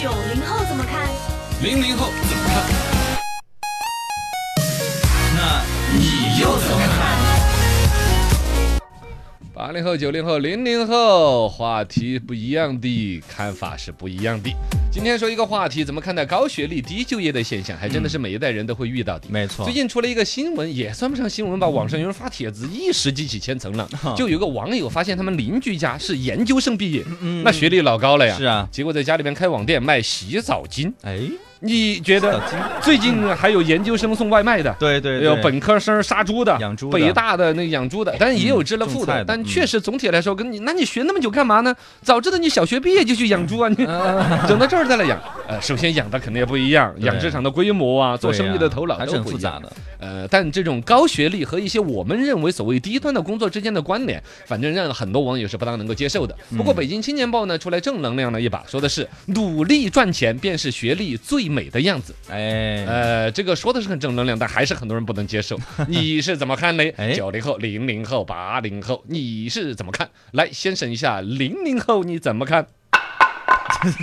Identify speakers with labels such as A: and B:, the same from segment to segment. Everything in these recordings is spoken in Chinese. A: 九零后怎么看？
B: 零零后怎么看？那你又怎么看？
C: 八零后、九零后、零零后，话题不一样的，看法是不一样的。今天说一个话题，怎么看待高学历低就业的现象，还真的是每一代人都会遇到的。
B: 没错
C: 最，近出了一个新闻，也算不上新闻吧，网上有人发帖子，一时激起千层浪。就有个网友发现他们邻居家是研究生毕业，那学历老高了呀。
B: 是啊，
C: 结果在家里面开网店卖洗澡巾，
B: 哎，
C: 你觉得
B: 小金
C: 最近还有研究生送外卖的？
B: 对对
C: 有
B: 对，
C: 本科生杀猪的，
B: 养猪的
C: 北大的那个养猪的，但也有
B: 嗯
C: 知了富
B: 种菜
C: 的，
B: 的
C: 但
B: 嗯
C: 确实总体来说，跟你那你学那么久干嘛呢？早知道你小学毕业就去养猪啊，你 整到这儿再来养。呃，首先养的肯定也不一样，
B: 对
C: 养殖场的规模啊，做
B: 对
C: 生意
B: 呀
C: 的头脑
B: 还
C: 都
B: 是很
C: 不
B: 复
C: 一
B: 杂
C: 样。
B: 的，
C: 呃，但这种高学历和一些我们认为所谓低端的工作之间的关联，反正让很多网友是不大能够接受的。
B: 嗯
C: 不过，《北京青年报》呢出来正能量了一把，说的是努力赚钱便是学历最美的样子。
B: 哎，
C: 呃，这个说的是很正能量，但还是很多人不能接 受。你是怎么看呢
B: 哎？
C: 九零后、零零后、八零后，你是怎么看？来，先审一下零零后你怎么看？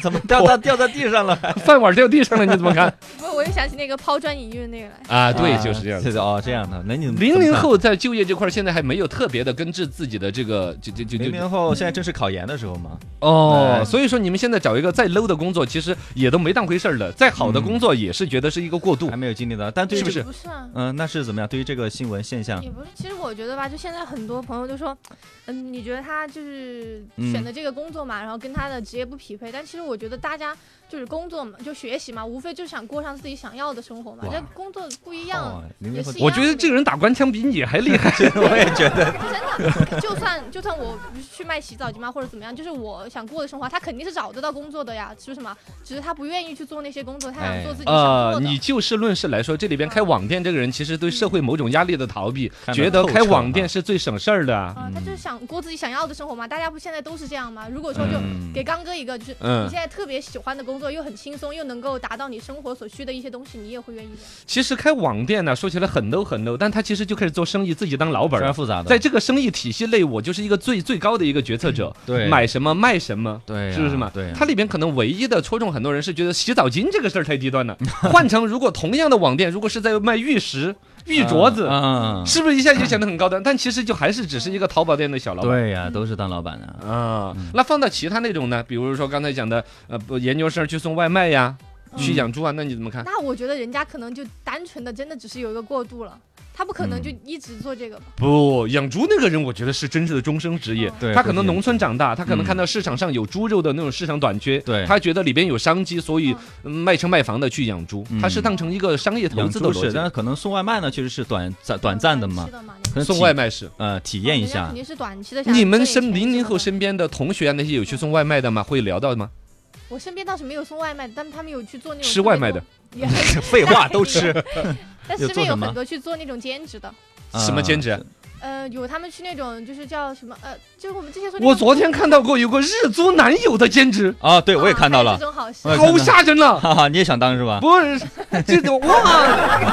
B: 怎么掉到掉到地上了？
C: 饭碗掉地上了你怎么 看？
D: 不，我又想起那个抛砖引玉的那个来。
C: 啊，对，
B: 啊
C: 就是这样。
B: 对的哦，这样的，那你怎么
C: 零零，后在就业这块儿现在还没有特别的根治自己的这个，就就就
B: 零
C: 就
B: 零后现在正是考研的时候嘛，
C: 哦
B: 哎，
C: 所以说你们现在找一个再 low 的工作，其实也都没当回事儿了。再好的
B: 嗯哎
C: 工作也是觉得是一个过渡
B: 还。没有经历到，但对于
C: 是不
B: 这
C: 是
D: 也不是啊，
B: 嗯，那是怎么样？对于这个新闻现象
D: 也，不是。其实我觉得吧，就现在很多朋友就说，嗯，你觉得他就是
B: 嗯
D: 选的这个工作嘛，然后跟他的职业不匹配。但其实我觉得大家就是工作嘛，就学习嘛，无非就是想过上自己想要的生活嘛。
B: 哇
D: 这工作不一样，啊
B: 哦零零
D: 也
B: 后
D: 是一
C: 我
D: 样
C: 觉得
D: 的
C: 这个人打官腔比你还厉害。
B: 我也觉得，
D: 真的，就算就算我去卖洗澡巾嘛，或者怎么样，就是我想过的生活，他肯定是找得到工作的呀。是什么？只是他不愿意去做那些工作，他想做自己想
C: 呃
D: 做，的。
C: 你就事论事来说，这里边开网店这个人，其实对社会某种压力的逃避，
B: 看得
C: 觉得
B: 透彻
C: 开网店
B: 啊
C: 是最省事儿的啊。
D: 啊、他就是想过自己想要的生活嘛。大家不现在都是这样吗？如果说就
B: 嗯
D: 给刚哥一个，就是
C: 嗯
D: 你现在特别喜欢的工作，又很轻松，又能够达到你生活所需的一些东西，你也会愿意的。
C: 其实开网店呢，说起来很 low 很 low，但他其实就开始做生意，自己当老
B: 非
C: 板
B: 常
C: 儿。
B: 复杂的，
C: 在这个生意体系内，我就是一个最最高的一个决策者，
B: 嗯对
C: 买什么卖什么。
B: 对呀
C: 是不是嘛？
B: 对呀
C: 它里边可能唯一的戳中很多人是觉得洗澡巾这个事儿太低端
B: 嗯
C: 了。换成如果同样的网店，如果是在卖玉石、玉镯子，
B: 嗯，嗯
C: 是不是一下就显得很高端？但其实就还是只是一个淘宝店的小老板。
B: 对呀，都是当老板的，
C: 啊，那放到其他那种呢？比如说刚才讲的，呃，不，研究生去送外卖呀，去养猪啊，那你怎么看？
D: 嗯那我觉得人家可能就单纯的，真的只是有一个过渡了，他不可能就
C: 嗯
D: 一直做这个吧。
C: 不，养猪那个人，我觉得是真正的终生职业
D: 哦。
B: 对
C: 他可能
B: 对嗯
C: 农村长大，他可能看到市场上有猪肉的那种市场短缺，
B: 对
C: 他觉得里边有商机，所以嗯卖车卖房的去养猪
B: 嗯，
C: 他是当成一个商业投
B: 养
C: 资的
B: 猪
C: 逻
B: 是，但是
C: 辑。
B: 可能送外卖呢，确实是短暂短暂的嘛
D: 吃，的嘛，哦
B: 可能
C: 送
B: 体
C: 外卖是。
B: 呃体验一
D: 人家
B: 下
D: 肯，定是短期的。想
C: 你们
D: 挣一
C: 身
D: 钱
C: 零零
D: 什么
C: 后
D: 的
C: 身边的同学啊，那些有去送外卖的吗？会聊到吗？
D: 我身边倒是没有送外卖的，但他们有去做那种
C: 吃
D: 特别
C: 外卖的
D: 多， 也很
B: 废话都吃，
D: 但
B: 有
D: 身边
B: 做什
D: 有
B: 么
D: 很多去做那种兼职的，
C: 什么兼
B: 啊
C: 职？
D: 呃，有他们去那种就是叫什么呃，就是我们之前说那
C: 我
D: 种
C: 昨天看到过有个日租男友的兼职，
B: 啊？对，我也看到
D: 啊还有
B: 了
D: 这，种好事
B: 我也看到
C: 好吓人啊呐！
B: 哈哈，你也想当是吧？
C: 不是，这个哇，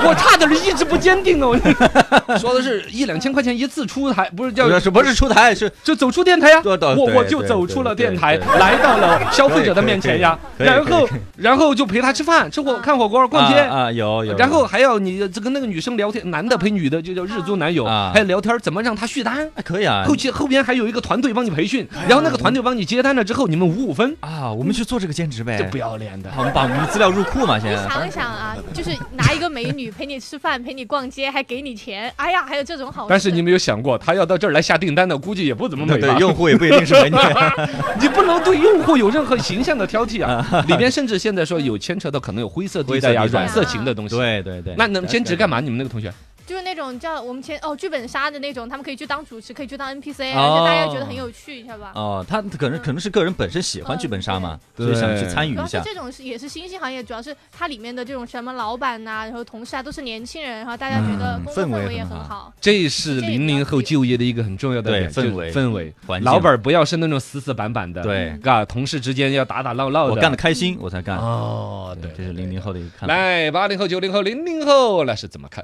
C: 我差点意志不坚定哦。 说的是一两千块钱一次出台，不是叫
B: 是不是出台是
C: 就走出电台呀？
B: 对对
C: 我
B: 对
C: 我就
B: 对
C: 走
B: 对
C: 出了
B: 对
C: 电台，
B: 对对
C: 来到了消费者的面前呀。
B: 可以可以
C: 然后
B: 可以
C: 然后就陪他吃饭、吃火、看火锅、逛
B: 啊
C: 街。
B: 啊？有有，
C: 然后还要你这跟那个女生聊天，男的陪女的就叫日租男友，
B: 啊
C: 还有聊天怎么让他续单，
B: 哎可以啊
C: 后期后边还有一个团队帮你培训，然后那个团队帮你接单了之后，你们五五分，
B: 啊，我们去做这个兼职呗
C: 这，不要脸的。
B: 好，我们把我们的资料入库嘛， 现
D: 你
B: 在。
D: 想一想啊，就是拿一个美女陪你吃饭，陪你逛街，还给你钱，哎呀，还有这种好事。
C: 但是你没有想过，他要到这儿来下订单的，估计也不怎么美吧
B: 对，？用户也不一定是美女，
C: 啊你不能对用户有任何形象的挑 剔啊！里边甚至现在说有牵扯到可能有灰色地带呀、啊
B: 灰色地带
C: 软色情的东 西。，
B: 对对对。
C: 那能兼职干嘛？你们那个同学
D: 就是那种叫我们前哦剧本杀的那种，他们可以去当主持，可以去当
B: 哦
D: NPC，而啊且大家觉得很有趣，知道吧？
B: 哦，他可能可能是个人本身喜欢剧本杀嘛，
C: 嗯
B: 所以想
C: 对
B: 去参与
D: 主要
B: 一
D: 是
B: 下。
D: 这种是也是新兴行业，主要是它里面的这种什么老板呐、然后同事啊，都是年轻人，然后大家觉得
B: 嗯
D: 工作
B: 氛围
D: 氛围也
B: 很
D: 很
B: 好
D: 好。
C: 这是零零后就业的一个很重要的
B: 对
C: 点
B: 氛
C: 就
B: 围
C: 氛围
B: 环。境
C: 老板不要是那种死死板板的，
B: 对
C: 嘎，同事之间要打打闹闹的。
B: 我干得开心，我才干。
C: 哦，对
B: 对，，嗯这是零零后的一个看法。
C: 来，八零后、九零后、零零后那是怎么看？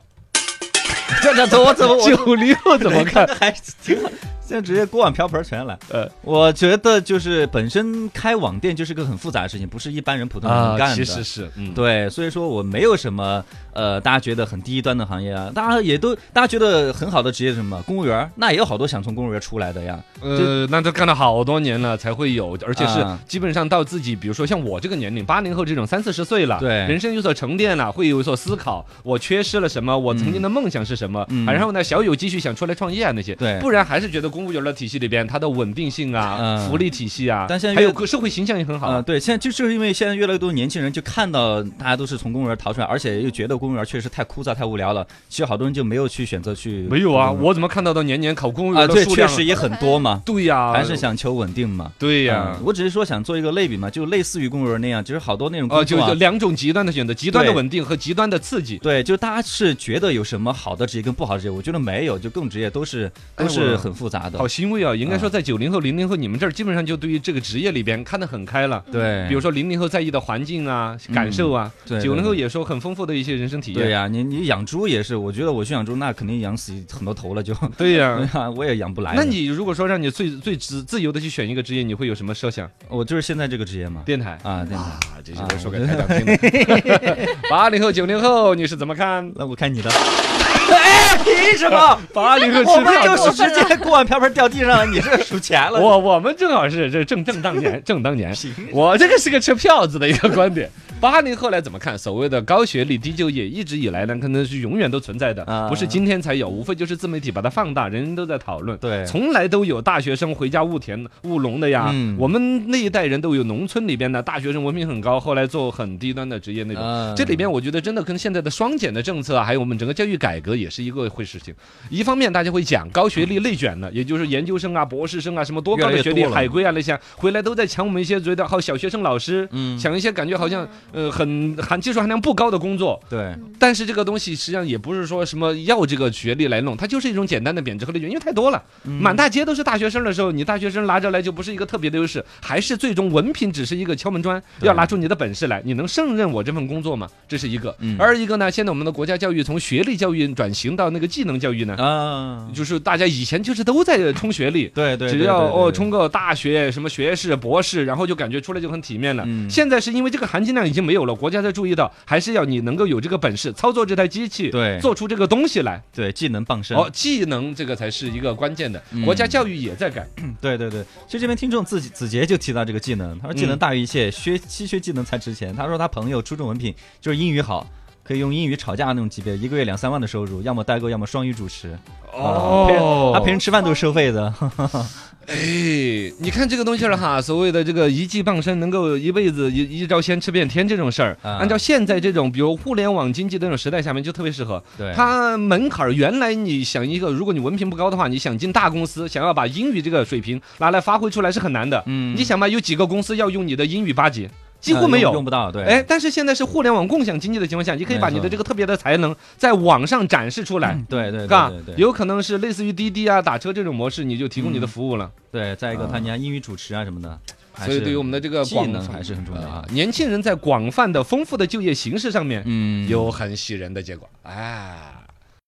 B: 这这我怎么
C: 九零后怎么看？
B: 还挺好，现在直接锅碗瓢盆全来。
C: 呃，
B: 我觉得就是本身开网店就是个很复杂的事情，不是一般人普通人能干的。
C: 啊其实是，嗯，
B: 对，所以说我没有什么呃，大家觉得很低端的行业啊，大家也都大家觉得很好的职业是什么？公务员儿，那也有好多想从公务员儿出来的呀。
C: 呃，那都干了好多年了才会有，而且是
B: 啊
C: 基本上到自己，比如说像我这个年龄，八零后这种三四十岁了，
B: 对
C: 人生有所沉淀了，会有所思考，我缺失了什么，我曾经的梦想是什么，
B: 嗯
C: 啊然后呢，小有积蓄想出来创业啊那些，
B: 对
C: 不然还是觉得公务员的体系里边它的稳定性啊，
B: 嗯
C: 福利体系啊，
B: 但现在
C: 还
B: 越
C: 有个社会形象也很好
B: 啊、
C: 啊，
B: 对，现在就就是因为现在越来越多年轻人就看到大家都是从公务员逃出来，而且又觉得公务员确实太枯燥、太无聊了，其实好多人就没有去选择去
C: 没有啊，
B: 公务
C: 我怎么看到的年年考公务
B: 员嗯啊，
C: 员的
B: 对，
C: 数
B: 确
C: 量啊？
B: 实也很多嘛，
C: 对呀，
B: 还是想求稳定嘛。
C: 对呀
B: 嗯，我只是说想做一个类比嘛，就类似于公务员那样，就是好多那种工作、啊
C: 呃，就就两种极端的选择，极端的
B: 对
C: 稳定和极端的刺激。
B: 对，就大家是觉得有什么好的职业跟不好的职业，我觉得没有，就各种职业都是
C: 哎
B: 都是
C: 我
B: 很复杂的
C: 好。欣慰啊！应该说，在九零后、零零后，你们这儿基本上就对于这个职业里边看得很开了。
B: 嗯对，
C: 比如说零零后在意的环境啊、
B: 嗯
C: 感受啊，
B: 对
C: 九零后
B: 对
C: 也说很丰富的一些人生体
B: 对
C: 验。
B: 呀、你你养猪也是，我觉得我去养猪那肯定养死很多头了就，
C: 对呀、
B: 对呀，我也养不 来。
C: 嗯那你如果说让你最最自自由的去选一个职业，你会有什么设想？
B: 我就是现在这个职业嘛？
C: 电台
B: 啊，对。
C: 啊，这些都说给台长听的。八零后、九零后，你是怎么看？
B: 那我看 你的。哎，凭什么？
C: 八零后
B: 我
C: 吃
B: 们
C: 票
B: 就
C: 多
B: 是直接锅碗瓢盆掉地上了，你这 数钱了。
C: 我我们正好是这正正当 年，正当年
B: 凭，
C: 我这个是个吃票子的一个观点。八零后来怎么看？所谓的高学历低就业，一直以来呢，可能是永远都存在的
B: 啊，
C: 不是今天才有，无非就是自媒体把它放大，人人都在讨论。
B: 对
C: 从来都有大学生回家务田务农的呀
B: 嗯。
C: 我们那一代人都有农村里边的大学生文凭很高，后来做很低端的职业那种。
B: 嗯
C: 这里边我觉得真的跟现在的双减的政策啊，还有我们整个教育改革也是一个回事情。一方面大家会讲高学历内卷的，也就是研究生啊、博士生啊，什么多高的学
B: 越来越
C: 历
B: 多了
C: 海归啊那些，回来都在抢我们一些觉得好小学生老师，
B: 嗯
C: 抢一些感觉好像呃很含技术含量不高的工作。
B: 对
C: 但是这个东西实际上也不是说什么要这个学历来弄，它就是一种简单的贬值和内卷，因为太多了，
B: 嗯
C: 满大街都是大学生的时候，你大学生拿着来就不是一个特别的优势，还是最终文凭只是一个敲门砖，
B: 对
C: 要拿出你的本事来，你能胜任我这份工作吗？这是一个
B: 嗯。
C: 二一个呢，现在我们的国家教育从学历教育转型到那个技能教育呢，
B: 啊，
C: 就是大家以前就是都在冲学历，
B: 对对，
C: 只
B: 对
C: 要哦，
B: 对
C: 冲个大学什么学士、博士，然后就感觉出来就很体面了。
B: 嗯
C: 现在是因为这个含金量已经没有了，国家才注意到，还是要你能够有这个本事操作这台机器，
B: 对
C: 做出这个东西来。
B: 对技能傍身。
C: 哦，技能这个才是一个关键的，
B: 嗯
C: 国家教育也在改。
B: 对对对，其实这边听众自己子杰就提到这个技能，他说技能
C: 嗯
B: 大于一切，学稀缺技能才值钱。他说他朋友初中文凭就是英语好，可以用英语吵架那种级别，一个月两三万的收入，要么代购，要么双语主持。啊
C: 哦
B: 他平时吃饭都是收费的。
C: 哎，你看这个东西儿哈，所谓的这个一技傍身，能够一辈子一一招鲜吃遍天这种事儿，
B: 啊
C: 按照现在这种比如互联网经济的那种时代下面，就特别适合。
B: 对
C: 它门槛儿原来你想一个，如果你文凭不高的话，你想进大公司，想要把英语这个水平拿来发挥出来是很难的。
B: 嗯
C: 你想吧，有几个公司要用你的英语八级？几乎
B: 呃
C: 没有。
B: 用用不到。对，
C: 哎，但是现在是互联网共享经济的情况下，你可以把你的
B: 没错
C: 这个特别的才能在网上展示出来，
B: 对对对
C: 嘎
B: 嗯对，对
C: 有可能是类似于滴滴啊、打车这种模式，你就提供你的服务了。
B: 对，再一个他你看英语主持啊什么的，还
C: 嗯所以
B: 是
C: 对于我们的这个
B: 技
C: 广
B: 能
C: 泛
B: 还是很重要
C: 啊
B: 啊。
C: 年轻人在广泛的、丰富的就业形势上面，
B: 嗯
C: 有很喜人的结果啊。